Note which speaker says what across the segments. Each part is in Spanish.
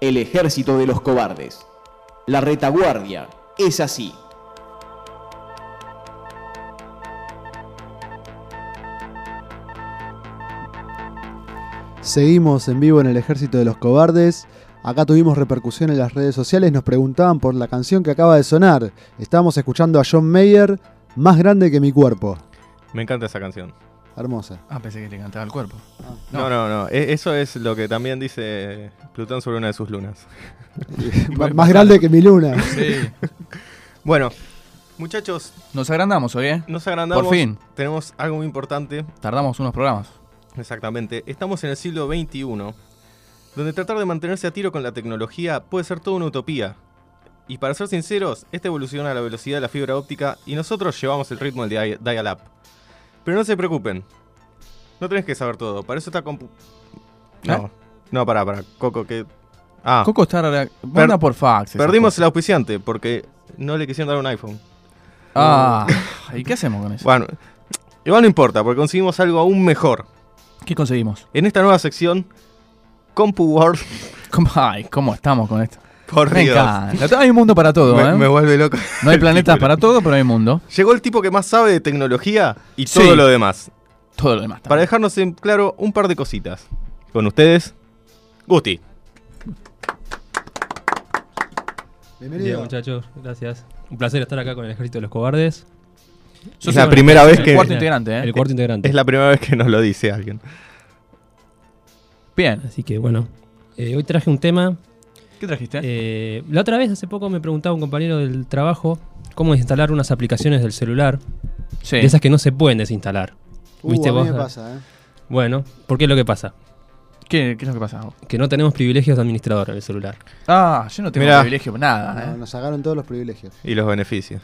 Speaker 1: el ejército de los cobardes. La retaguardia es así.
Speaker 2: Seguimos en vivo en el Ejército de los Cobardes. Acá tuvimos repercusión en las redes sociales, nos preguntaban por la canción que acaba de sonar. Estábamos escuchando a John Mayer, Más grande que mi cuerpo.
Speaker 3: Me encanta esa canción.
Speaker 2: Hermosa.
Speaker 4: Ah, pensé que le cantaba el cuerpo.
Speaker 3: No, no, no. E- Eso es lo que también dice Plutón sobre una de sus lunas.
Speaker 2: M- Más grande que mi luna.
Speaker 4: Sí.
Speaker 3: Bueno, muchachos,
Speaker 4: Nos agrandamos hoy, ¿eh?
Speaker 3: nos agrandamos.
Speaker 4: Por fin.
Speaker 3: Tenemos algo muy importante.
Speaker 4: Tardamos unos programas.
Speaker 3: Exactamente. Estamos en el siglo XXI, donde tratar de mantenerse a tiro con la tecnología puede ser toda una utopía. Y para ser sinceros, esta evoluciona a la velocidad de la fibra óptica y nosotros llevamos el ritmo del dia- dial-up. Pero no se preocupen. No tenés que saber todo. Para eso está compu... No.
Speaker 4: ¿Eh?
Speaker 3: No, pará, pará. Coco, que... Ah,
Speaker 4: Coco está... ahora- Manda por fax. esas
Speaker 3: perdimos
Speaker 4: cosas.
Speaker 3: el auspiciante porque no le quisieron dar un iPhone.
Speaker 4: Ah, ¿y qué hacemos con eso?
Speaker 3: Bueno, igual no importa porque conseguimos algo aún mejor.
Speaker 4: ¿Qué conseguimos?
Speaker 3: En esta nueva sección, CompuWorld...
Speaker 4: ¿Cómo, ay, ¿cómo estamos con esto?
Speaker 3: Por
Speaker 4: Me
Speaker 3: Dios.
Speaker 4: encanta. Hay un mundo para todo,
Speaker 3: Me,
Speaker 4: ¿eh?
Speaker 3: me vuelve loco.
Speaker 4: no hay
Speaker 3: el
Speaker 4: planetas
Speaker 3: título.
Speaker 4: para todo, pero hay mundo.
Speaker 3: Llegó el tipo que más sabe de tecnología y
Speaker 4: Sí.
Speaker 3: todo lo demás.
Speaker 4: Todo lo demás.
Speaker 3: Para
Speaker 4: también.
Speaker 3: dejarnos en claro un par de cositas. Con ustedes, Gusti.
Speaker 5: Bien,
Speaker 2: Bienvenido.
Speaker 5: muchachos, gracias. Un placer estar acá con el Ejército de los Cobardes.
Speaker 4: Sos
Speaker 3: Es la
Speaker 4: el-
Speaker 3: primera vez
Speaker 4: el
Speaker 3: que
Speaker 4: cuarto integrante, ¿eh?
Speaker 5: El cuarto integrante.
Speaker 3: es la primera vez que nos lo dice alguien.
Speaker 4: Bien.
Speaker 5: Así que bueno, eh, hoy traje un tema.
Speaker 4: ¿Qué trajiste?
Speaker 5: eh, la otra vez, hace poco, me preguntaba un compañero del trabajo cómo instalar unas aplicaciones del celular,
Speaker 4: sí.
Speaker 5: de esas que no se pueden desinstalar.
Speaker 2: Uh,
Speaker 5: ¿Viste
Speaker 2: a mí
Speaker 5: vos?
Speaker 2: me pasa, ¿eh?
Speaker 5: Bueno, ¿por qué es lo que pasa?
Speaker 4: ¿Qué, qué es lo que pasa?
Speaker 5: Que no tenemos privilegios de administrador en el celular.
Speaker 4: Ah, yo no tengo
Speaker 3: Mirá.
Speaker 4: privilegio nada. ¿eh?
Speaker 2: No, nos sacaron todos los privilegios.
Speaker 3: Y los beneficios.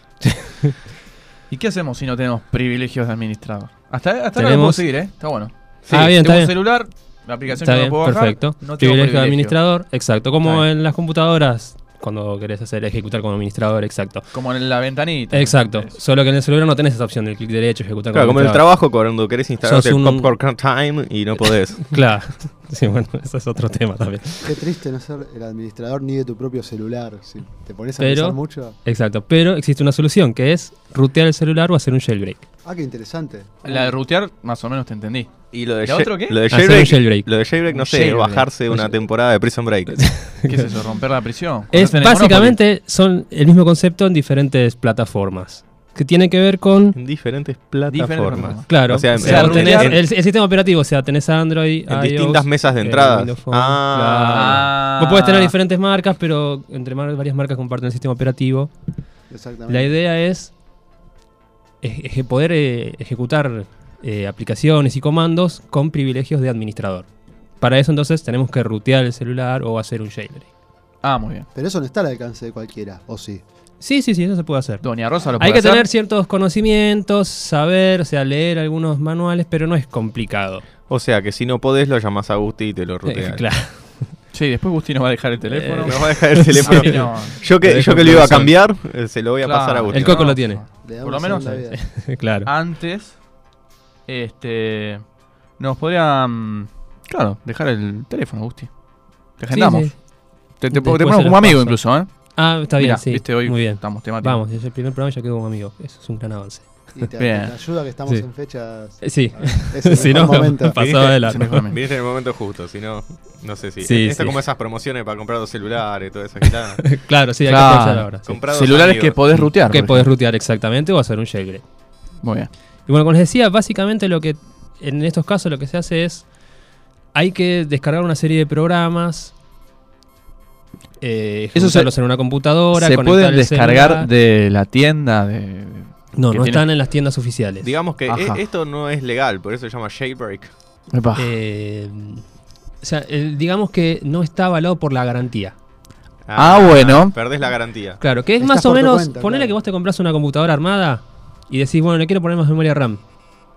Speaker 4: ¿Y qué hacemos si no tenemos privilegios de administrador? Hasta, hasta ahora lo
Speaker 5: Tenemos-
Speaker 4: puedo seguir, ¿eh? Está bueno.
Speaker 5: Ah, bien,
Speaker 4: tengo
Speaker 5: está
Speaker 4: un
Speaker 5: bien.
Speaker 4: celular, la aplicación
Speaker 5: Está
Speaker 4: yo
Speaker 5: bien,
Speaker 4: la puedo bajar.
Speaker 5: perfecto.
Speaker 4: No tengo
Speaker 5: privilegio
Speaker 4: privilegio
Speaker 5: de administrador, exacto.
Speaker 4: Está
Speaker 5: Como
Speaker 4: bien.
Speaker 5: en las computadoras, cuando querés hacer ejecutar como administrador, exacto.
Speaker 4: Como en la ventanita.
Speaker 5: Exacto.
Speaker 4: Eso.
Speaker 5: Solo que en el celular no tenés esa opción del clic derecho, ejecutar
Speaker 3: Claro, como en el
Speaker 5: administrador.
Speaker 3: trabajo cuando querés instalarte
Speaker 5: Sos
Speaker 3: el
Speaker 5: un-
Speaker 3: Popcorn Time y no podés.
Speaker 5: Claro. Sí, bueno, ese es otro tema también.
Speaker 2: Qué triste no ser el administrador ni de tu propio celular. Si te pones a
Speaker 5: Pero-
Speaker 2: pensar mucho.
Speaker 5: Exacto. Pero existe una solución que es rutear el celular o hacer un jailbreak.
Speaker 2: Ah, qué interesante. Ah,
Speaker 4: La de rutear, más o menos te entendí.
Speaker 3: ¿Y lo de,
Speaker 4: ¿Y lo
Speaker 3: Ye-
Speaker 4: otro qué?
Speaker 3: Lo de
Speaker 5: Hacer un
Speaker 3: Jailbreak,
Speaker 5: jailbreak.
Speaker 3: Lo de Jailbreak, no
Speaker 4: Un
Speaker 3: sé,
Speaker 4: jailbreak.
Speaker 3: bajarse una temporada de Prison Break.
Speaker 4: ¿Qué es eso? ¿Romper la prisión?
Speaker 5: Es
Speaker 4: ¿Conocer el
Speaker 5: básicamente son el mismo concepto en diferentes plataformas. Que tiene que ver con.
Speaker 3: En diferentes plataformas.
Speaker 4: plataformas.
Speaker 5: Claro,
Speaker 3: Mm. O sea, en-
Speaker 4: sea,
Speaker 5: vos tenés
Speaker 4: rutear-
Speaker 5: el, el sistema operativo, o sea, tenés Android,
Speaker 3: En
Speaker 5: iOS,
Speaker 3: distintas mesas de
Speaker 5: eh,
Speaker 3: entradas.
Speaker 5: Windows Phone,
Speaker 3: Ah.
Speaker 5: claro. Vos podés tener diferentes marcas, pero entre mar- varias marcas comparten el sistema operativo. La
Speaker 2: Exactamente.
Speaker 5: idea es eje- eje- poder eh, ejecutar eh, aplicaciones y comandos con privilegios de administrador. Para eso entonces tenemos que rutear el celular o hacer un jailbreak.
Speaker 4: Poder. Ah, muy bien.
Speaker 2: Pero eso no está al alcance de cualquiera, ¿o sí?
Speaker 5: Sí, sí, sí, eso se puede hacer.
Speaker 4: Doña Rosa lo puede
Speaker 5: Hay que
Speaker 4: hacer.
Speaker 5: tener ciertos conocimientos, saber, o sea, leer algunos manuales, pero no es complicado.
Speaker 3: O sea, que si no podés, lo llamás a Gusti y te lo
Speaker 5: Eh,
Speaker 3: ruteas.
Speaker 5: claro.
Speaker 4: Sí, después Gusti nos va a
Speaker 5: Eh,
Speaker 4: dejar el teléfono.
Speaker 3: Nos va a dejar el teléfono.
Speaker 4: Sí, no.
Speaker 3: Yo
Speaker 5: Te
Speaker 3: que,
Speaker 5: dejo
Speaker 3: yo que lo iba a
Speaker 5: corazón.
Speaker 3: cambiar, eh, se lo voy a
Speaker 4: Claro.
Speaker 3: pasar a Gusti.
Speaker 5: El Coco lo tiene.
Speaker 2: Le da
Speaker 4: Por
Speaker 2: una
Speaker 4: lo menos,
Speaker 2: segunda vida.
Speaker 5: claro.
Speaker 4: Ah, Antes, este. Nos podrían. Claro, dejar el teléfono, Gusti. Te
Speaker 5: Sí,
Speaker 4: agendamos.
Speaker 5: sí.
Speaker 4: Te, te- te
Speaker 5: Después
Speaker 4: ponemos
Speaker 5: se
Speaker 4: como
Speaker 5: los
Speaker 4: amigo
Speaker 5: paso.
Speaker 4: incluso, ¿eh?
Speaker 5: Ah, está bien,
Speaker 4: Mirá,
Speaker 5: sí.
Speaker 4: Viste, hoy
Speaker 5: Muy bien.
Speaker 4: estamos temáticos.
Speaker 5: Vamos, desde el primer programa ya quedó como amigo. Eso es un gran avance.
Speaker 2: Y te,
Speaker 4: Bien.
Speaker 2: te ayuda que estamos
Speaker 5: Sí.
Speaker 2: en fechas.
Speaker 5: Eh, Sí,
Speaker 2: Es el
Speaker 5: Si
Speaker 2: mejor
Speaker 5: no,
Speaker 2: momento.
Speaker 5: pa- Pasaba de
Speaker 4: Se me
Speaker 5: largo.
Speaker 4: fue a mí.
Speaker 3: Viniste en el momento justo, si no, no sé si.
Speaker 5: Sí,
Speaker 3: Está
Speaker 5: sí.
Speaker 3: como esas promociones para comprar dos celulares, toda esa gilada.
Speaker 5: claro, sí, hay
Speaker 4: Claro.
Speaker 5: que aprovechar ahora. sí.
Speaker 3: Comprar dos
Speaker 4: Celulares
Speaker 3: amigos.
Speaker 4: que podés rutear.
Speaker 5: Que
Speaker 4: por
Speaker 5: podés rutear exactamente o hacer un jailbreak.
Speaker 4: ejemplo. Muy bien.
Speaker 5: Y bueno, como les decía, básicamente lo que en estos casos lo que se hace es hay que descargar una serie de programas, eh,
Speaker 4: Eso se-
Speaker 5: ejecutarlos en una computadora,
Speaker 4: ¿Se
Speaker 5: conectar
Speaker 4: pueden
Speaker 5: el
Speaker 4: descargar
Speaker 5: celular.
Speaker 4: de la tienda? De...
Speaker 5: No,
Speaker 4: que tiene-
Speaker 5: no están en las tiendas oficiales.
Speaker 3: Digamos que
Speaker 4: Ajá.
Speaker 3: e- esto no es legal, por eso se llama jailbreak.
Speaker 4: Epa.
Speaker 5: Eh, o sea, el- digamos que no está avalado por la garantía.
Speaker 4: Ah, bueno.
Speaker 3: Perdés la garantía.
Speaker 5: Claro, que es
Speaker 2: Estás
Speaker 5: más o
Speaker 2: por tu
Speaker 5: menos,
Speaker 2: cuenta,
Speaker 5: ponele
Speaker 2: claro.
Speaker 5: que vos te compras una computadora armada y decís, bueno, le quiero poner más memoria RAM.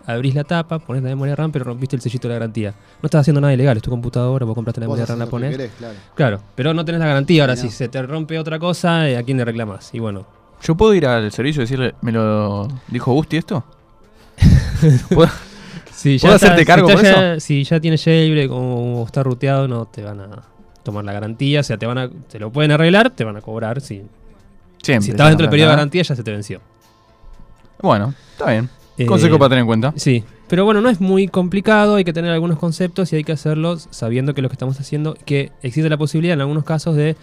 Speaker 5: Abrís la tapa, ponés la memoria RAM, pero rompiste el sellito de la garantía. No estás haciendo nada ilegal, es tu computadora, vos compraste la
Speaker 2: Vos
Speaker 5: memoria
Speaker 2: haces
Speaker 5: RAM, la
Speaker 2: lo que
Speaker 5: ponés.
Speaker 2: querés, claro.
Speaker 5: Claro, pero no tenés la garantía. Ahora,
Speaker 2: Sí,
Speaker 5: si
Speaker 2: no.
Speaker 5: se te rompe otra cosa, eh, ¿a quién le reclamas? Y bueno,
Speaker 4: ¿Yo puedo ir al servicio y decirle, me lo dijo Gusti esto? ¿Puedo-
Speaker 5: si
Speaker 4: ¿Puedo hacerte
Speaker 5: si
Speaker 4: cargo por
Speaker 5: ya, si ya tienes jailbreak o, o está ruteado, no te van a. tomar la garantía, o sea, te van a, te lo pueden arreglar, te van a cobrar. Si,
Speaker 4: Siempre.
Speaker 5: si estás dentro del periodo de
Speaker 4: ¿verdad?
Speaker 5: garantía, ya se te venció.
Speaker 4: Bueno, está bien.
Speaker 5: Eh,
Speaker 4: Consejo para tener en cuenta.
Speaker 5: Sí, pero bueno, no es muy complicado, hay que tener algunos conceptos y hay que hacerlos sabiendo que lo que estamos haciendo, que existe la posibilidad en algunos casos de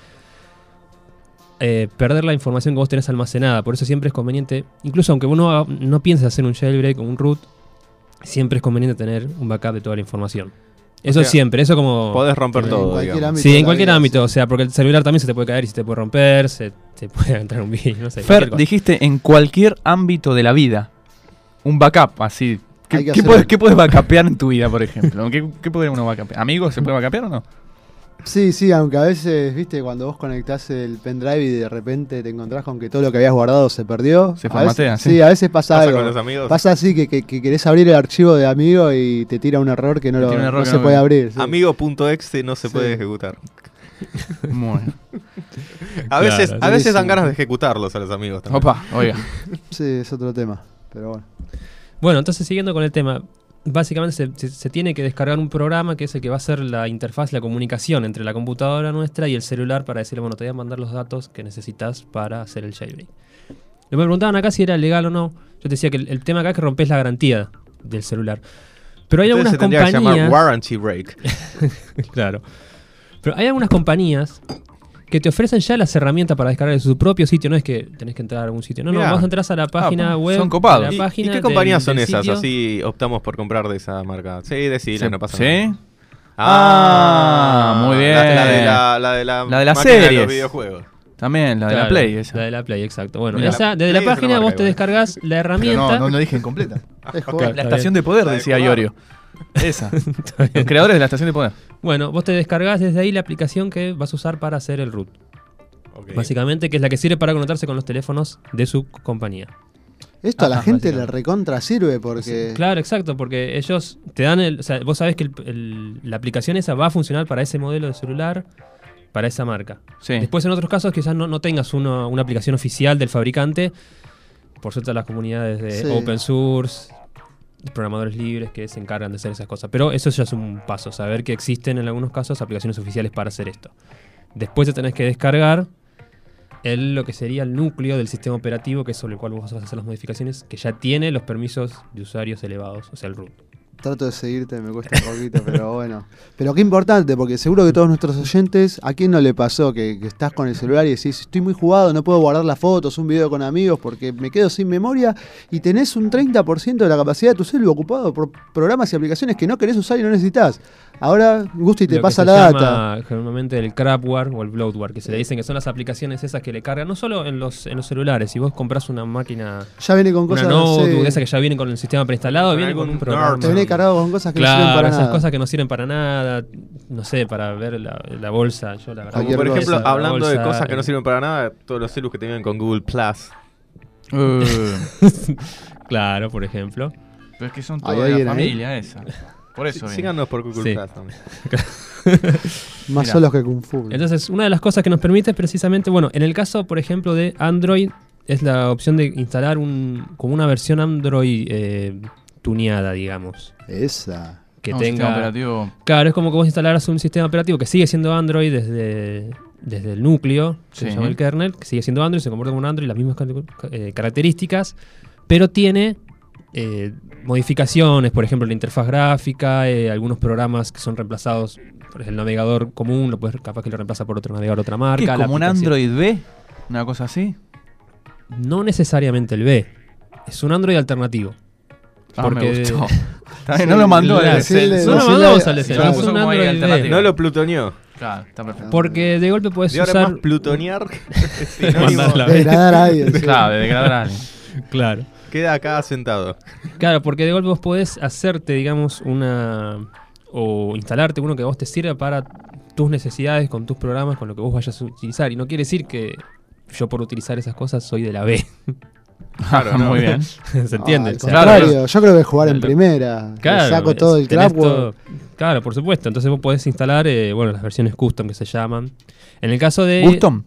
Speaker 5: eh, perder la información que vos tenés almacenada, por eso siempre es conveniente, incluso aunque uno haga- no piense hacer un jailbreak o un root, siempre es conveniente tener un backup de toda la información. Eso
Speaker 3: sea,
Speaker 5: siempre, eso como...
Speaker 3: Podés romper
Speaker 5: En
Speaker 3: todo.
Speaker 2: cualquier
Speaker 3: digamos.
Speaker 2: ámbito
Speaker 5: Sí,
Speaker 2: de
Speaker 5: en
Speaker 2: la
Speaker 5: cualquier
Speaker 2: vida,
Speaker 5: ámbito,
Speaker 2: sí.
Speaker 5: o sea, porque el celular también se te puede caer y se te puede romper, se te puede entrar un virus, no sé.
Speaker 4: Fer,
Speaker 5: cualquier cosa.
Speaker 4: dijiste en cualquier ámbito de la vida. Un backup, así. ¿Qué,
Speaker 2: Hay que
Speaker 4: qué
Speaker 2: hacer-
Speaker 4: puedes, ¿Qué puedes backupear en tu vida, por ejemplo? ¿Qué, qué podría uno backupear? ¿Amigos se puede backupear o no?
Speaker 2: Sí, sí, aunque a veces, viste, cuando vos conectás el pendrive y de repente te encontrás con que todo lo que habías guardado se perdió.
Speaker 4: Se
Speaker 2: a
Speaker 4: formatea,
Speaker 2: veces-
Speaker 4: sí.
Speaker 2: Sí, a veces pasa,
Speaker 3: Pasa
Speaker 2: algo.
Speaker 3: con los amigos.
Speaker 2: Pasa así que, que- que querés abrir el archivo de amigo y te tira un error que no,
Speaker 4: Te
Speaker 2: lo,
Speaker 4: tira un error
Speaker 2: no
Speaker 4: que
Speaker 2: se
Speaker 4: no-
Speaker 2: puede abrir. sí.
Speaker 3: Amigo.exe no se
Speaker 2: Sí.
Speaker 3: puede ejecutar.
Speaker 4: Bueno.
Speaker 3: A veces, a
Speaker 2: buenísimo.
Speaker 3: veces dan ganas de ejecutarlos a los amigos también.
Speaker 4: Opa, oiga.
Speaker 2: Sí, es otro tema. Pero bueno.
Speaker 5: Bueno, entonces siguiendo con el tema, básicamente se, se- se tiene que descargar un programa que es el que va a ser la interfaz, la comunicación entre la computadora nuestra y el celular para decirle, bueno, te voy a mandar los datos que necesitas para hacer el jailbreak. Me preguntaban acá si era legal o no. Yo te decía que el, el tema acá es que rompes la garantía del celular. Pero hay
Speaker 3: Entonces se
Speaker 5: algunas
Speaker 3: tendría que llamar
Speaker 5: compañías.
Speaker 3: Warranty Break.
Speaker 5: Claro. Pero hay algunas compañías que te ofrecen ya las herramientas para descargar de su propio sitio. No es que tenés que entrar a algún sitio. No,
Speaker 3: Mirá. Ah,
Speaker 5: no, vos entras a la página
Speaker 4: pues,
Speaker 5: web.
Speaker 4: son copados.
Speaker 5: a la
Speaker 3: ¿Y,
Speaker 5: página
Speaker 3: y qué
Speaker 5: del-
Speaker 3: compañías son
Speaker 5: del
Speaker 3: esas?
Speaker 5: sitio.
Speaker 3: Así optamos por comprar de esa marca. Sí, decíla,
Speaker 4: Se-
Speaker 3: no pasa nada.
Speaker 4: ¿Sí? Ah, muy
Speaker 3: La, la de
Speaker 4: bien.
Speaker 3: la, la de la,
Speaker 4: La de las
Speaker 3: máquina de
Speaker 4: series.
Speaker 3: los videojuegos.
Speaker 4: También, la de la
Speaker 5: Claro,
Speaker 4: Play. Esa.
Speaker 5: La de la Play, exacto. Bueno,
Speaker 4: Mira,
Speaker 5: esa,
Speaker 3: la
Speaker 5: desde
Speaker 3: Play es
Speaker 5: la
Speaker 3: una
Speaker 5: página
Speaker 3: marca
Speaker 5: vos te
Speaker 3: igual.
Speaker 5: descargas la
Speaker 6: Pero
Speaker 5: herramienta.
Speaker 6: no, no lo dije incompleta.
Speaker 2: Es
Speaker 3: Ok.
Speaker 2: joven.
Speaker 4: La
Speaker 5: Está
Speaker 4: estación de poder,
Speaker 3: La de
Speaker 4: decía
Speaker 3: Cobar.
Speaker 4: Iorio. Esa. Los creadores de la estación de poder.
Speaker 5: Bueno, vos te descargas desde ahí la aplicación que vas a usar para hacer el root.
Speaker 3: Ok.
Speaker 5: Básicamente, que es la que sirve para conectarse con los teléfonos de su compañía.
Speaker 4: Ah,
Speaker 2: Esto a la
Speaker 5: Ajá,
Speaker 2: gente le
Speaker 5: básicamente.
Speaker 2: recontra sirve porque.
Speaker 5: Claro, exacto, porque ellos te dan el. O sea, vos sabés que el- el- la aplicación esa va a funcionar para ese modelo de celular, para esa marca.
Speaker 4: Sí.
Speaker 5: Después, en otros casos, quizás no, no tengas uno- una aplicación oficial del fabricante. Por suerte, las comunidades de
Speaker 2: Sí.
Speaker 5: open source, programadores libres que se encargan de hacer esas cosas. Pero eso ya es un paso, saber que existen en algunos casos aplicaciones oficiales para hacer esto. Después te tenés que descargar el, lo que sería el núcleo del sistema operativo, que es sobre el cual vos vas a hacer las modificaciones, que ya tiene los permisos de usuarios elevados, o sea, el root.
Speaker 2: Trato de seguirte, me cuesta un poquito, pero bueno. Pero qué importante, porque seguro que todos nuestros oyentes, ¿a quién no le pasó que, que estás con el celular y decís, estoy muy jugado, no puedo guardar las fotos, un video con amigos, porque me quedo sin memoria y tenés un 30% de la capacidad de tu celular ocupado por programas y aplicaciones que no querés usar y no necesitas? Ahora, Gusti te
Speaker 5: Lo que
Speaker 2: pasa
Speaker 5: se
Speaker 2: la
Speaker 5: llama
Speaker 2: data.
Speaker 5: Generalmente el crapware o el bloatware, que se le dicen que son las aplicaciones esas que le cargan, no solo en los, en los celulares, si vos compras una máquina,
Speaker 2: Ya viene con
Speaker 5: una
Speaker 2: cosas
Speaker 5: notebook,
Speaker 2: sí,
Speaker 5: de esas que ya vienen con el sistema preinstalado,
Speaker 3: Con
Speaker 5: viene con
Speaker 3: algún
Speaker 5: un programa.
Speaker 3: nerd.
Speaker 2: Te viene cargado con cosas que no sirven
Speaker 5: Claro,
Speaker 2: para
Speaker 5: esas
Speaker 2: nada.
Speaker 5: cosas que no sirven para nada, no sé, para ver la, la bolsa, yo la verdad.
Speaker 2: Cualquier
Speaker 3: Como por
Speaker 2: cosa.
Speaker 3: ejemplo,
Speaker 5: esa
Speaker 3: hablando de
Speaker 5: bolsa,
Speaker 3: cosas que
Speaker 5: eh,
Speaker 3: no sirven para nada, todos los celus que tenían con Google Plus.
Speaker 4: Eh,
Speaker 5: Claro, por ejemplo.
Speaker 4: pero es que son
Speaker 2: Ahí,
Speaker 4: toda
Speaker 2: ahí
Speaker 4: la
Speaker 2: era, ¿eh?
Speaker 4: familia esa. Por eso. viene.
Speaker 3: Síganos por Google
Speaker 5: Sí.
Speaker 3: Plus también.
Speaker 2: Más
Speaker 4: Mirá.
Speaker 2: solos que Kung Fu.
Speaker 5: Entonces, una de las cosas que nos permite es precisamente, bueno, en el caso, por ejemplo, de Android, es la opción de instalar un, como una versión Android eh, tuneada, digamos.
Speaker 2: Esa.
Speaker 5: Que
Speaker 4: No, un sistema
Speaker 5: tenga.
Speaker 4: operativo.
Speaker 5: Claro, es como que vos instalaras un sistema operativo que sigue siendo Android desde, desde el núcleo, que se
Speaker 4: Sí.
Speaker 5: llama el kernel, que sigue siendo Android, se comporta como un Android, las mismas ca- eh, características, pero tiene eh, modificaciones, por ejemplo, la interfaz gráfica, eh, algunos programas que son reemplazados, por ejemplo, el navegador común, lo puedes, capaz que lo reemplaza por otro navegador, otra
Speaker 4: ¿Qué
Speaker 5: marca.
Speaker 4: es
Speaker 5: la
Speaker 4: como un
Speaker 5: aplicación.
Speaker 4: Android B? Una cosa así.
Speaker 5: No necesariamente el B, es un Android alternativo.
Speaker 4: Ah,
Speaker 5: Porque-
Speaker 4: me gustó. Está bien, no lo mandó eh.
Speaker 5: la-
Speaker 4: el
Speaker 2: decirle-
Speaker 4: censo.
Speaker 5: No lo
Speaker 2: decirle-
Speaker 5: mandamos al
Speaker 2: Sí,
Speaker 5: deseo,
Speaker 4: lo
Speaker 5: es
Speaker 4: puso
Speaker 5: un
Speaker 4: como ahí
Speaker 5: Android
Speaker 4: alternativo.
Speaker 5: B.
Speaker 3: No
Speaker 4: Claro.
Speaker 3: lo plutoneó.
Speaker 4: Claro, está perfecto.
Speaker 5: Porque de golpe puedes
Speaker 3: De ahora más
Speaker 5: usar
Speaker 3: plutonear. es sinónimo-
Speaker 5: Mandarla.
Speaker 2: Degradar a alguien. sí.
Speaker 4: Claro, de degradar a alguien.
Speaker 5: Claro.
Speaker 3: Queda acá sentado.
Speaker 5: Claro, porque de golpe vos podés hacerte, digamos, una. o instalarte uno que a vos te sirva para tus necesidades, con tus programas, con lo que vos vayas a utilizar. Y no quiere decir que yo por utilizar esas cosas soy de la B.
Speaker 3: Claro, no.
Speaker 4: Muy bien.
Speaker 5: ¿Se entiende?
Speaker 2: Ah, Al
Speaker 5: O sea,
Speaker 2: contrario,
Speaker 4: claro.
Speaker 2: yo creo que jugar en
Speaker 5: Claro.
Speaker 2: primera.
Speaker 5: claro,
Speaker 2: saco todo el
Speaker 5: tenés
Speaker 2: crap. weón.
Speaker 5: todo- Claro, por supuesto. Entonces vos podés instalar, eh, bueno, las versiones custom que se llaman. En el caso de.
Speaker 4: Custom.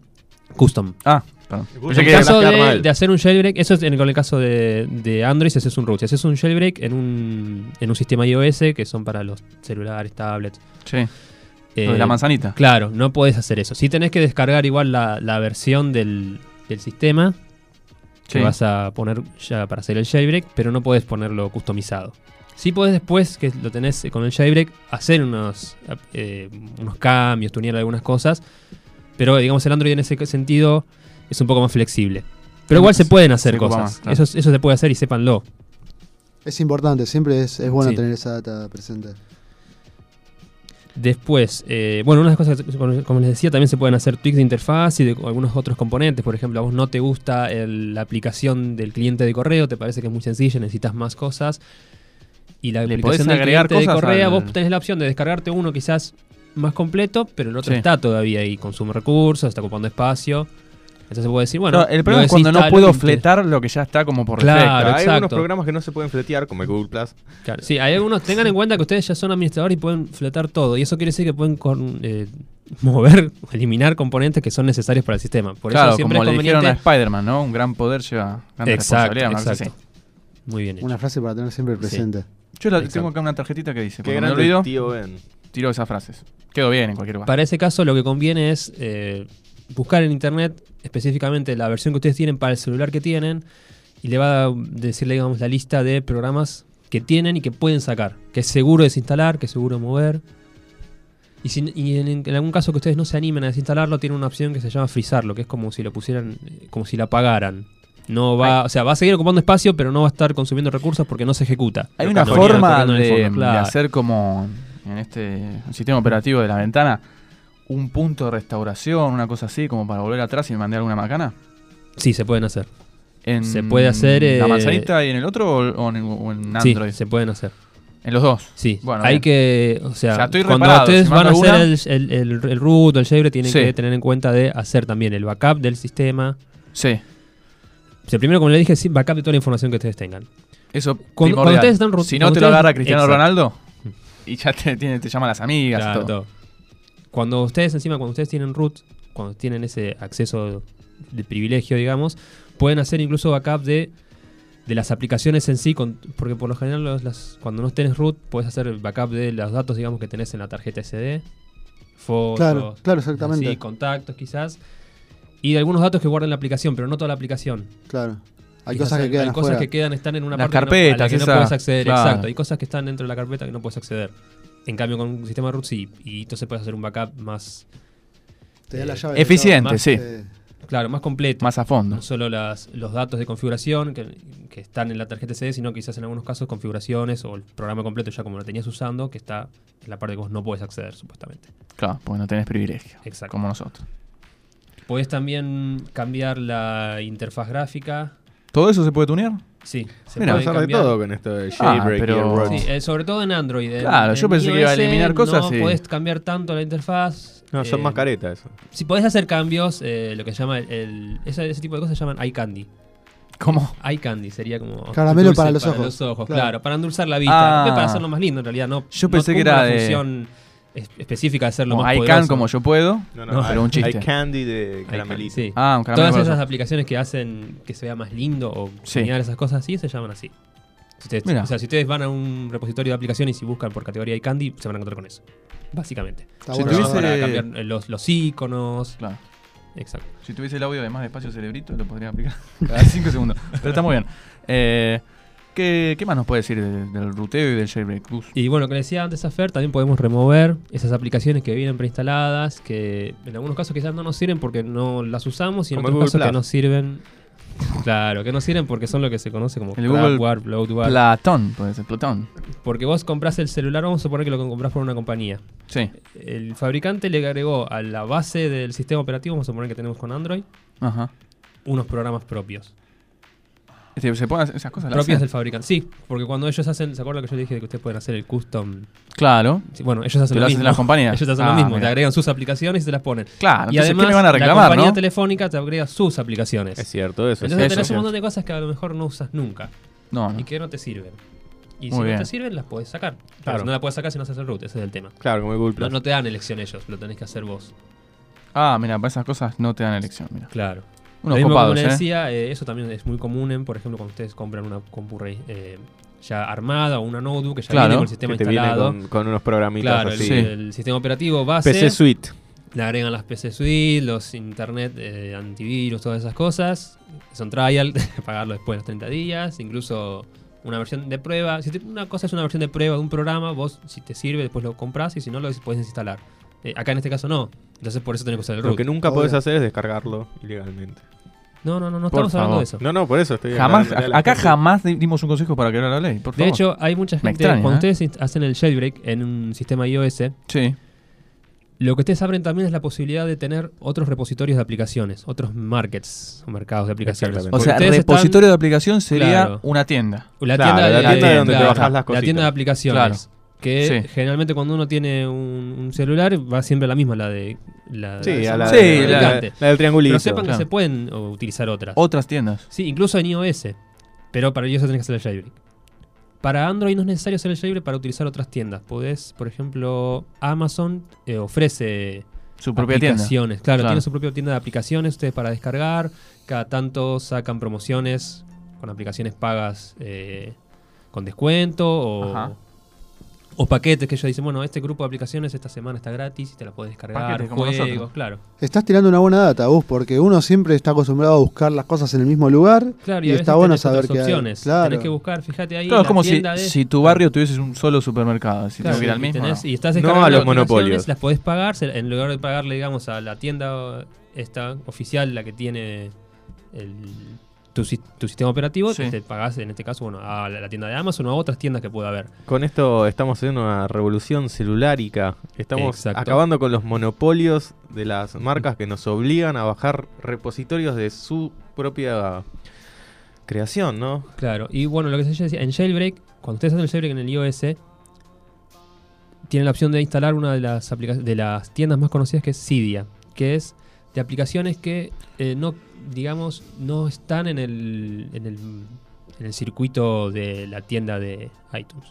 Speaker 5: Custom.
Speaker 4: Ah, perdón.
Speaker 3: Custom.
Speaker 4: Pensé
Speaker 5: En
Speaker 4: que
Speaker 5: el caso
Speaker 3: quedar
Speaker 5: de,
Speaker 3: mal.
Speaker 5: de hacer un jailbreak, eso es en, con el caso de, de Android, si haces un root. Si haces un jailbreak en un, en un sistema iOS, que son para los celulares, tablets,
Speaker 4: Sí. Lo de Ah, la
Speaker 5: Eh,
Speaker 4: manzanita.
Speaker 5: Claro, no podés hacer eso. Si tenés que descargar igual la, la versión del, del sistema que
Speaker 4: Sí.
Speaker 5: vas a poner ya para hacer el jailbreak, pero no podés ponerlo customizado. Sí podés después, que lo tenés con el jailbreak, hacer unos, eh, unos cambios, tunear algunas cosas, pero digamos el Android en ese sentido es un poco más flexible. Pero igual se pueden hacer
Speaker 4: Se ocupa
Speaker 5: cosas.
Speaker 4: más, claro.
Speaker 5: eso, eso se puede hacer y sépanlo.
Speaker 2: Es importante, siempre es, es bueno
Speaker 5: Sí.
Speaker 2: tener esa data presente.
Speaker 5: Después, eh, bueno, una de las cosas, que, como- como les decía, también se pueden hacer tweaks de interfaz y de algunos otros componentes. Por ejemplo, a vos no te gusta el- la aplicación del cliente de correo, te parece que es muy sencilla, necesitas más cosas. Y la
Speaker 4: Le
Speaker 5: aplicación
Speaker 4: podés
Speaker 5: del
Speaker 4: agregar
Speaker 5: cliente de
Speaker 4: cosas
Speaker 5: correo,
Speaker 4: al-
Speaker 5: vos tenés la opción de descargarte uno quizás más completo, pero el otro
Speaker 4: Sí.
Speaker 5: está todavía ahí, consume recursos, está ocupando espacio. Entonces se puede decir, bueno,
Speaker 4: Claro, el problema
Speaker 5: lo
Speaker 4: es cuando no
Speaker 5: desinstalo
Speaker 4: puedo
Speaker 5: y te-
Speaker 4: fletar lo que ya está como por
Speaker 5: Claro.
Speaker 4: defecto.
Speaker 5: Claro,
Speaker 3: hay
Speaker 5: exacto.
Speaker 3: algunos programas que no se pueden fletear, como el Google Plus.
Speaker 5: Claro, sí, hay algunos. Tengan en cuenta que ustedes ya son administradores y pueden fletar todo. Y eso quiere decir que pueden con- eh, mover o eliminar componentes que son necesarios para el sistema. Por
Speaker 4: Claro,
Speaker 5: eso siempre
Speaker 4: como
Speaker 5: es
Speaker 4: le dijeron
Speaker 5: conveniente.
Speaker 4: a Spider-Man, ¿no? Un gran poder lleva gran
Speaker 5: exacto,
Speaker 4: responsabilidad. una cosa
Speaker 5: exacto. Muy bien. hecho.
Speaker 2: Una frase para tener siempre presente.
Speaker 4: así. Yo la-
Speaker 5: Exacto.
Speaker 4: tengo acá una tarjetita que dice,
Speaker 3: Qué
Speaker 4: porque me
Speaker 3: grande
Speaker 4: olvido,
Speaker 3: tío Ben.
Speaker 4: tiro esas frases. Quedó bien en cualquier lugar.
Speaker 5: Para ese caso, lo que conviene es eh, buscar en internet específicamente la versión que ustedes tienen para el celular que tienen y le va a decirle, digamos, la lista de programas que tienen y que pueden sacar. Que es seguro desinstalar, que es seguro mover. Y, si- y en, en algún caso que ustedes no se animen a desinstalarlo, tiene una opción que se llama frizarlo, que es como si lo pusieran, eh, como si la apagaran. No va, o sea, va a seguir ocupando espacio, pero no va a estar consumiendo recursos porque no se ejecuta.
Speaker 4: Hay
Speaker 5: Lo
Speaker 4: una
Speaker 5: cambiaron,
Speaker 4: forma
Speaker 5: corriendo en el
Speaker 4: de,
Speaker 5: fondo,
Speaker 4: de
Speaker 5: claro.
Speaker 4: hacer como en este sistema operativo de la ventana un punto de restauración, una cosa así, como para volver atrás y mandar alguna macana.
Speaker 5: Sí, se pueden hacer.
Speaker 4: En
Speaker 5: Se puede hacer,
Speaker 4: la
Speaker 5: eh,
Speaker 4: manzanita y en el otro o, o en, o en
Speaker 5: Sí,
Speaker 4: Android.
Speaker 5: se pueden hacer.
Speaker 4: En los dos.
Speaker 5: Sí,
Speaker 4: Bueno,
Speaker 5: hay
Speaker 4: bien.
Speaker 5: que, o sea,
Speaker 4: O sea, estoy
Speaker 5: cuando
Speaker 4: reparado,
Speaker 5: ustedes
Speaker 4: si
Speaker 5: van a
Speaker 4: mando
Speaker 5: hacer
Speaker 4: una-
Speaker 5: el, el, el- el root o el jailbreak tienen
Speaker 4: Sí.
Speaker 5: que tener en cuenta de hacer también el backup del sistema.
Speaker 4: Sí.
Speaker 5: O sea, primero, como le dije, sí, backup de toda la información que ustedes tengan.
Speaker 4: Eso
Speaker 5: cuando
Speaker 4: primordial.
Speaker 5: ustedes están ru-
Speaker 4: Si no te
Speaker 5: cuando
Speaker 4: lo
Speaker 5: ustedes-
Speaker 4: agarra Cristiano
Speaker 5: Exacto. Mm.
Speaker 4: Ronaldo y ya te, tiene, te llaman las amigas. y
Speaker 5: Claro,
Speaker 4: todo.
Speaker 5: todo. Cuando ustedes, encima, cuando ustedes tienen root, cuando tienen ese acceso de privilegio, digamos, pueden hacer incluso backup de, de las aplicaciones en sí, con- porque por lo general los- las- cuando no tenés root, puedes hacer el backup de los datos, digamos, que tenés en la tarjeta SD, fotos,
Speaker 2: Claro, claro, exactamente.
Speaker 5: Sí, contactos quizás. Y de algunos datos que guardan la aplicación, pero no toda la aplicación.
Speaker 2: Claro. Hay
Speaker 5: Quizás
Speaker 2: cosas que quedan
Speaker 5: hay cosas
Speaker 2: afuera.
Speaker 5: que quedan, están en una
Speaker 4: Las
Speaker 5: parte que no- a la
Speaker 4: carpetas,
Speaker 5: que no,
Speaker 4: esa-
Speaker 5: puedes acceder.
Speaker 4: claro.
Speaker 5: Exacto. Hay cosas que están dentro de la carpeta que no puedes acceder. En cambio, con un sistema root sí. Y entonces puedes hacer un backup más,
Speaker 2: Te da la
Speaker 5: eh,
Speaker 2: llave de
Speaker 4: Eficiente,
Speaker 5: Más-
Speaker 4: sí.
Speaker 2: todo. Eh,
Speaker 5: claro, más completo.
Speaker 4: Más a fondo.
Speaker 5: no solo las, los datos de configuración que, que están en la tarjeta SD, sino quizás en algunos casos configuraciones o el programa completo ya como lo tenías usando, que está en la parte que vos no puedes acceder, supuestamente.
Speaker 4: Claro, porque no tenés privilegio.
Speaker 5: Exacto.
Speaker 4: Como nosotros.
Speaker 5: Podés también cambiar la interfaz gráfica.
Speaker 4: ¿Todo eso se puede tunear?
Speaker 5: Sí, se
Speaker 4: Mira,
Speaker 5: puede
Speaker 3: Vamos a hacer de
Speaker 5: cambiar.
Speaker 3: todo con esto de jailbreak
Speaker 4: pero-
Speaker 3: y el root.
Speaker 5: Ah, Sí, eh, sobre todo en Android. En-
Speaker 4: Claro, yo
Speaker 5: en
Speaker 4: pensé que iba a
Speaker 5: iOS
Speaker 4: eliminar cosas
Speaker 5: No
Speaker 4: y-
Speaker 5: podés cambiar tanto la interfaz.
Speaker 3: No, son
Speaker 5: eh,
Speaker 3: más careta eso.
Speaker 5: Si podés hacer cambios, eh, lo que se llama el, el- ese, ese tipo de cosas se llaman eye candy.
Speaker 4: ¿Cómo?
Speaker 5: Eye candy sería como.
Speaker 2: Caramelo
Speaker 5: dulce
Speaker 2: para los ojos.
Speaker 5: claro.
Speaker 2: Claro.
Speaker 5: para endulzar la vista.
Speaker 4: Ah.
Speaker 5: Para hacerlo más lindo, en realidad. No,
Speaker 4: Yo
Speaker 5: no
Speaker 4: pensé que
Speaker 5: cumple
Speaker 4: era
Speaker 5: la
Speaker 4: de-
Speaker 5: función es- específica de hacerlo
Speaker 4: Como
Speaker 5: más
Speaker 4: I can
Speaker 5: poderoso.
Speaker 4: como yo puedo.
Speaker 5: No,
Speaker 3: hay-
Speaker 4: pero un chiste.
Speaker 3: Hay candy de
Speaker 5: Eye candy,
Speaker 3: caramelito.
Speaker 5: sí.
Speaker 4: Ah, un caramelo.
Speaker 5: Todas
Speaker 4: para
Speaker 5: esas
Speaker 4: los ojos.
Speaker 5: aplicaciones que hacen que se vea más lindo o
Speaker 4: Sí.
Speaker 5: señalar esas cosas así se llaman así. Si ustedes,
Speaker 4: Mira.
Speaker 5: o sea, si ustedes van a un repositorio de aplicaciones y buscan por categoría de candy, se van a encontrar con eso. Básicamente.
Speaker 2: está
Speaker 4: Si
Speaker 2: bueno.
Speaker 5: Programas
Speaker 4: tuviese-
Speaker 5: para cambiar eh, los, los iconos.
Speaker 4: Claro.
Speaker 5: Exacto.
Speaker 4: Si tuviese el audio de más despacio cerebrito, lo podría aplicar cada 5 segundos. Pero está muy bien. Eh, ¿qué, qué más nos puede decir del, del ruteo y del jailbreak? Gus?
Speaker 5: Y bueno, lo que les decía antes a Fer, también podemos remover esas aplicaciones que vienen preinstaladas, que en algunos casos quizás no nos sirven porque no las usamos y en
Speaker 3: Como el
Speaker 5: otros
Speaker 3: Google
Speaker 5: casos que
Speaker 3: Plus.
Speaker 5: no sirven. Claro, que no sirven porque son lo que se conoce como
Speaker 4: El Google
Speaker 5: crapware, bloatware.
Speaker 4: Platón, puede ser Platón.
Speaker 5: Porque vos compras el celular, vamos a suponer que lo compras por una compañía.
Speaker 4: Sí.
Speaker 5: El fabricante le agregó a la base del sistema operativo, vamos a suponer que tenemos con Android,
Speaker 4: Ajá.
Speaker 5: unos programas propios.
Speaker 4: Se, se pueden hacer esas cosas. las
Speaker 5: propios
Speaker 4: hacen.
Speaker 5: del fabricante. Sí, porque cuando ellos hacen, ¿se acuerdan que yo les dije que ustedes pueden hacer el custom?
Speaker 4: Claro.
Speaker 5: Sí, Bueno, ellos hacen
Speaker 4: Te lo
Speaker 5: lo
Speaker 4: hacen
Speaker 5: mismo.
Speaker 4: las compañías.
Speaker 5: Ellos hacen
Speaker 4: Ah,
Speaker 5: lo mismo,
Speaker 4: mira.
Speaker 5: te agregan sus aplicaciones y se las ponen.
Speaker 4: Claro.
Speaker 5: y
Speaker 4: entonces,
Speaker 5: además,
Speaker 4: ¿qué me van a
Speaker 5: la
Speaker 4: reclamar,
Speaker 5: compañía
Speaker 4: no?
Speaker 5: telefónica te agrega sus aplicaciones.
Speaker 3: Es cierto, eso
Speaker 5: Entonces
Speaker 3: es
Speaker 5: tenés
Speaker 4: eso.
Speaker 5: un montón de cosas que a lo mejor no usas nunca
Speaker 4: No, no.
Speaker 5: y que no te sirven. Y
Speaker 4: Muy
Speaker 5: si
Speaker 4: bien.
Speaker 5: no te sirven, las podés sacar. Claro.
Speaker 3: Claro.
Speaker 5: si no las podés sacar si no haces el root, ese es el tema.
Speaker 3: Claro, como el Google
Speaker 5: No,
Speaker 3: Plus.
Speaker 5: no te dan elección ellos, lo tenés que hacer vos.
Speaker 4: Ah, mira, para esas cosas no te dan elección, mira.
Speaker 5: Claro.
Speaker 4: Unos
Speaker 5: Lo mismo,
Speaker 4: copados,
Speaker 5: como
Speaker 4: ¿eh?
Speaker 5: les decía, eh, eso también es muy común en, por ejemplo, cuando ustedes compran una compu re- eh, ya armada o una notebook que ya
Speaker 4: Claro,
Speaker 5: viene con el sistema
Speaker 3: que te viene
Speaker 5: instalado.
Speaker 3: con, con unos programitas
Speaker 5: claro, el,
Speaker 3: así.
Speaker 4: sí.
Speaker 5: el sistema operativo base.
Speaker 3: PC Suite.
Speaker 5: Le agregan las PC Suite, los internet eh, antivirus, todas esas cosas. Son trial, pagarlo después de los 30 días. Incluso una versión de prueba. Si te- una cosa es una versión de prueba de un programa, vos si te sirve, después lo compras y si no, lo puedes instalar. Eh, acá en este caso no. Entonces por eso tenés que usar el
Speaker 3: Lo
Speaker 5: root.
Speaker 3: que nunca
Speaker 2: Ahora.
Speaker 3: podés hacer es descargarlo ilegalmente.
Speaker 5: No, no, no, no
Speaker 4: Por
Speaker 5: estamos hablando
Speaker 4: favor.
Speaker 5: de eso.
Speaker 3: No, no, por eso estoy
Speaker 4: Jamás,
Speaker 3: hablándole a la
Speaker 4: acá
Speaker 3: gente.
Speaker 4: jamás di- dimos un consejo para crear la ley, por
Speaker 5: De
Speaker 4: favor.
Speaker 5: hecho, hay mucha gente.
Speaker 4: extraña,
Speaker 5: cuando
Speaker 4: ¿eh?
Speaker 5: ustedes inst- hacen el jailbreak en un sistema iOS,
Speaker 4: sí.
Speaker 5: Lo que ustedes abren también es la posibilidad de tener otros repositorios de aplicaciones, otros markets o mercados de aplicaciones.
Speaker 3: Exactamente.
Speaker 4: O
Speaker 5: Porque
Speaker 4: sea,
Speaker 5: ustedes están-
Speaker 4: repositorio de aplicación sería
Speaker 5: Claro.
Speaker 4: una tienda.
Speaker 5: la
Speaker 3: Claro,
Speaker 5: tienda,
Speaker 3: la
Speaker 5: de,
Speaker 3: tienda
Speaker 4: de donde te
Speaker 3: bajás las
Speaker 5: la
Speaker 3: cositas.
Speaker 5: tienda de aplicaciones. Que
Speaker 4: Sí.
Speaker 5: generalmente cuando uno tiene un, un celular va siempre a la misma, la de la,
Speaker 3: Sí, a la,
Speaker 4: Sí,
Speaker 3: de-
Speaker 4: la-
Speaker 3: la-
Speaker 5: fabricante.
Speaker 3: la del triangulito.
Speaker 5: Pero sepan
Speaker 4: Claro.
Speaker 5: que se pueden o, utilizar otras.
Speaker 4: Otras tiendas.
Speaker 5: sí, incluso en iOS. Pero para iOS tenés que hacer el jailbreak. Para Android no es necesario hacer el jailbreak para utilizar otras tiendas. Podés, por ejemplo, Amazon eh, ofrece
Speaker 4: Su propia tienda.
Speaker 5: aplicaciones. Claro,
Speaker 4: Claro.
Speaker 5: tiene su propia tienda de aplicaciones ustedes para descargar. Cada tanto sacan promociones con aplicaciones pagas eh, con descuento
Speaker 4: Ajá.
Speaker 5: o, o paquetes que ellos dicen, bueno, este grupo de aplicaciones esta semana está gratis y te la puedes descargar.
Speaker 4: Paquetes como
Speaker 5: juegos,
Speaker 4: nosotros.
Speaker 5: claro.
Speaker 2: Estás tirando una buena data, vos, porque uno siempre está acostumbrado a buscar las cosas en el mismo lugar.
Speaker 5: Claro, y,
Speaker 2: y
Speaker 5: a
Speaker 2: está
Speaker 5: veces
Speaker 2: bueno
Speaker 5: tenés
Speaker 2: saber
Speaker 5: otras
Speaker 2: que hay.
Speaker 5: opciones.
Speaker 2: Claro.
Speaker 5: Tenés que buscar, fíjate ahí.
Speaker 4: Claro, es
Speaker 5: la
Speaker 4: como si,
Speaker 5: tienda de-
Speaker 4: si tu barrio tuviese un solo supermercado. Si
Speaker 5: Claro,
Speaker 4: tengo que ir al
Speaker 5: y
Speaker 4: mismo.
Speaker 5: tenés-
Speaker 4: no.
Speaker 5: Y estás
Speaker 3: No a
Speaker 5: descargando
Speaker 3: los
Speaker 5: las aplicaciones,
Speaker 3: monopolios.
Speaker 5: Las podés pagar, se- en lugar de pagarle, digamos, a la tienda esta oficial, la que tiene el- tu, si- tu sistema operativo,
Speaker 4: Sí.
Speaker 5: te pagás, en este caso, bueno, a la, la tienda de Amazon o a otras tiendas que pueda haber.
Speaker 3: Con esto estamos haciendo una revolución celulárica. Estamos
Speaker 5: Exacto.
Speaker 3: acabando con los monopolios de las marcas que nos obligan a bajar repositorios de su propia creación, ¿no?
Speaker 5: Claro, y bueno, lo que se decía, en Jailbreak, cuando ustedes hacen el Jailbreak en el iOS, tienen la opción de instalar una de las, aplica- de las tiendas más conocidas que es Cydia, que es de aplicaciones que eh, no, digamos, no están en el, en el, en el circuito de la tienda de iTunes.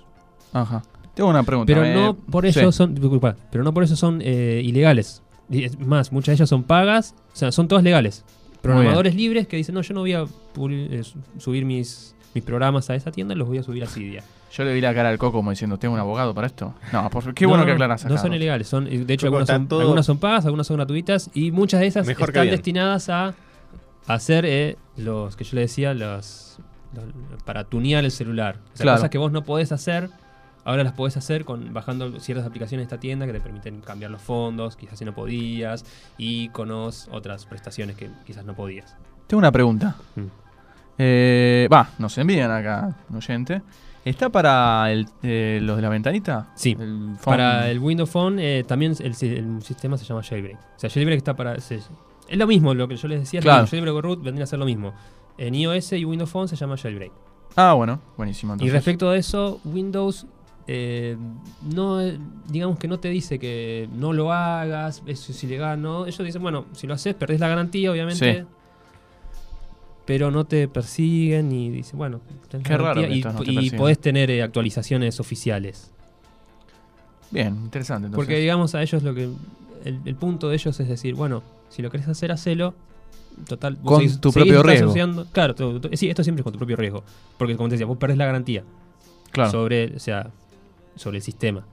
Speaker 4: Ajá. Tengo una pregunta.
Speaker 5: Pero
Speaker 4: eh,
Speaker 5: no por
Speaker 4: sí.
Speaker 5: eso son, disculpa, pero no por eso son eh, ilegales. Y Es más, muchas de ellas son pagas, o sea, son todas legales. Programadores libres que dicen, no, yo no voy a publi- eh, su- subir mis, mis programas a esa tienda, los voy a subir a Cydia.
Speaker 4: Yo le vi la cara al coco como diciendo, ¿tengo un abogado para esto? No, por, qué
Speaker 5: No,
Speaker 4: bueno
Speaker 5: no,
Speaker 4: que aclaras
Speaker 5: No
Speaker 4: acá,
Speaker 5: son
Speaker 4: Rosa.
Speaker 5: ilegales, son, de hecho
Speaker 3: Yo creo que
Speaker 5: algunas
Speaker 3: están
Speaker 5: son,
Speaker 3: todo-
Speaker 5: algunas son pagas, algunas son gratuitas y muchas de esas
Speaker 3: Mejor que
Speaker 5: están
Speaker 3: bien.
Speaker 5: destinadas a hacer eh, los que yo le decía, los, los- para tunear el celular. O sea,
Speaker 4: Claro.
Speaker 5: cosas que vos no podés hacer, ahora las podés hacer con bajando ciertas aplicaciones de esta tienda que te permiten cambiar los fondos, quizás si no podías, iconos, otras prestaciones que quizás no podías.
Speaker 4: Tengo una pregunta.
Speaker 5: Mm.
Speaker 4: Eh, Va, nos envían acá un oyente. ¿Está para el, eh, los de la ventanita?
Speaker 5: Sí.
Speaker 4: El phone-
Speaker 5: Para el Windows Phone eh, también el, si- el sistema se llama Jailbreak. O sea, Jailbreak está para. se- es lo mismo, lo que yo les decía,
Speaker 4: Claro.
Speaker 5: el Jailbreak o root vendría a ser lo mismo. En iOS y Windows Phone se llama Jailbreak.
Speaker 4: Ah, bueno, buenísimo.
Speaker 5: y
Speaker 4: entonces.
Speaker 5: respecto a eso, Windows eh, no eh, digamos que no te dice que no lo hagas, eso es ilegal, no. Ellos dicen, bueno, si lo haces, perdés la garantía, obviamente.
Speaker 4: Sí.
Speaker 5: Pero no te persiguen y dicen, bueno, tenés
Speaker 4: Qué
Speaker 5: la
Speaker 4: raro
Speaker 5: garantía
Speaker 4: que estos no te
Speaker 5: y, y
Speaker 4: persigan.
Speaker 5: podés tener eh, actualizaciones oficiales.
Speaker 4: Bien, interesante. Entonces.
Speaker 5: Porque digamos a ellos lo que el, el punto de ellos es decir, bueno, si lo querés hacer, hacelo. Total, vos
Speaker 4: Con tu propio
Speaker 5: estás
Speaker 4: riesgo.
Speaker 5: asociando- claro, tu- tu- sí, esto siempre es con tu propio riesgo, porque como te decía, vos perdés la garantía
Speaker 4: claro.
Speaker 5: sobre, o sea, sobre el sistema.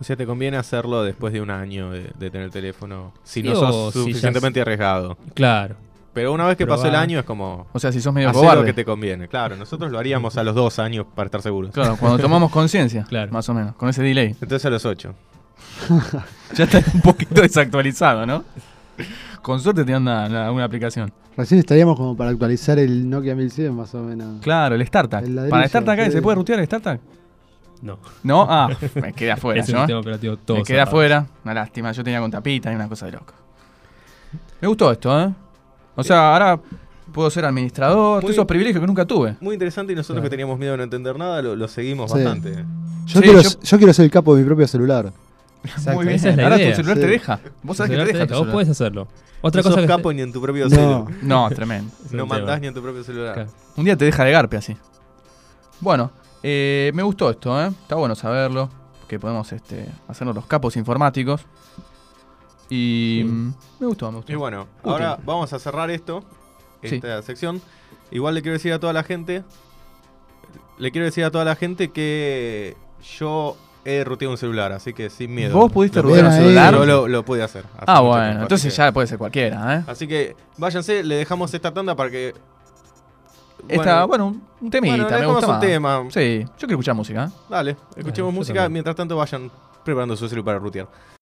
Speaker 3: O sea, te conviene hacerlo después de un año de, de tener el teléfono si
Speaker 5: Sí,
Speaker 3: no
Speaker 5: o
Speaker 3: sos
Speaker 5: si ya
Speaker 3: suficientemente arriesgado.
Speaker 5: Claro.
Speaker 3: Pero una vez que pasó el
Speaker 5: Probá.
Speaker 3: año es como
Speaker 4: o sea, si sos medio
Speaker 3: hacer lo
Speaker 4: cobarde.
Speaker 3: que te conviene. Claro, nosotros lo haríamos a los dos años para estar seguros.
Speaker 4: Claro, cuando tomamos conciencia,
Speaker 5: Claro.
Speaker 4: más o menos, con ese delay.
Speaker 3: Entonces a los ocho.
Speaker 4: Ya está un poquito desactualizado, ¿no? Con suerte te anda la- una aplicación.
Speaker 2: Recién estaríamos como para actualizar el Nokia 1100 más o menos.
Speaker 4: Claro, el StarTAC.
Speaker 2: El ladrillo,
Speaker 4: Para StarTAC,
Speaker 2: sí.
Speaker 4: ¿se puede rutear el StarTAC?
Speaker 5: No.
Speaker 4: No, ah, me quedé afuera,
Speaker 5: es el
Speaker 4: ¿no?
Speaker 5: sistema operativo todo.
Speaker 4: Me quedé
Speaker 5: cerrado.
Speaker 4: afuera, una lástima, yo tenía con tapita y una cosa de loco. Me gustó esto, ¿eh? O sea, ahora puedo ser administrador,
Speaker 3: Muy-
Speaker 4: todos esos privilegios que nunca tuve.
Speaker 3: Muy interesante y nosotros
Speaker 2: Claro.
Speaker 3: que teníamos miedo de no entender nada, lo, lo seguimos
Speaker 2: Sí.
Speaker 3: bastante.
Speaker 2: Yo,
Speaker 4: Sí,
Speaker 2: quiero,
Speaker 4: yo-
Speaker 2: yo... quiero ser el capo de mi propio celular.
Speaker 5: Exacto,
Speaker 4: Muy bien,
Speaker 5: esa es la
Speaker 4: ahora
Speaker 5: idea.
Speaker 4: tu celular te
Speaker 2: Sí.
Speaker 4: deja. Vos sabés que te
Speaker 5: Celular te
Speaker 4: deja.
Speaker 5: deja,
Speaker 4: tu
Speaker 5: vos
Speaker 4: celular.
Speaker 5: podés hacerlo. Otra
Speaker 3: no
Speaker 5: cosa
Speaker 3: sos
Speaker 5: que
Speaker 3: capo ni en tu propio
Speaker 2: No.
Speaker 3: celular.
Speaker 4: No, tremendo.
Speaker 5: es
Speaker 3: No
Speaker 5: un tema.
Speaker 3: mandás ni en tu propio celular.
Speaker 5: Claro.
Speaker 4: Un día te deja de garpe así. Bueno, eh, me gustó esto, ¿eh? Está bueno saberlo. Que podemos este, hacernos los capos informáticos. Y.
Speaker 5: Sí.
Speaker 4: mm, Me gustó, me gustó.
Speaker 3: Y bueno, ahora vamos a cerrar esto,
Speaker 4: Sí.
Speaker 3: esta sección. Igual le quiero decir a toda la gente, le quiero decir a toda la gente que yo he ruteado un celular, así que sin miedo.
Speaker 4: ¿Vos pudiste
Speaker 3: Lo
Speaker 4: rutear
Speaker 2: un
Speaker 3: pude-
Speaker 2: celular?
Speaker 3: Yo lo, lo pude hacer. hace
Speaker 4: Ah,
Speaker 3: mucho
Speaker 4: bueno,
Speaker 3: tiempo,
Speaker 4: entonces
Speaker 3: así que- Ah,
Speaker 4: ya puede ser cualquiera, ¿eh?
Speaker 3: Así que váyanse, le dejamos esta tanda para que.
Speaker 4: Esta, bueno, un- un temita,
Speaker 3: bueno, le
Speaker 4: me
Speaker 3: dejamos
Speaker 4: gusta
Speaker 3: un
Speaker 4: más.
Speaker 3: tema.
Speaker 4: Sí, yo quiero escuchar música. ¿eh?
Speaker 3: Dale, escuchemos
Speaker 5: yo
Speaker 3: música.
Speaker 5: también.
Speaker 3: Mientras tanto, vayan preparando su celular para rutear.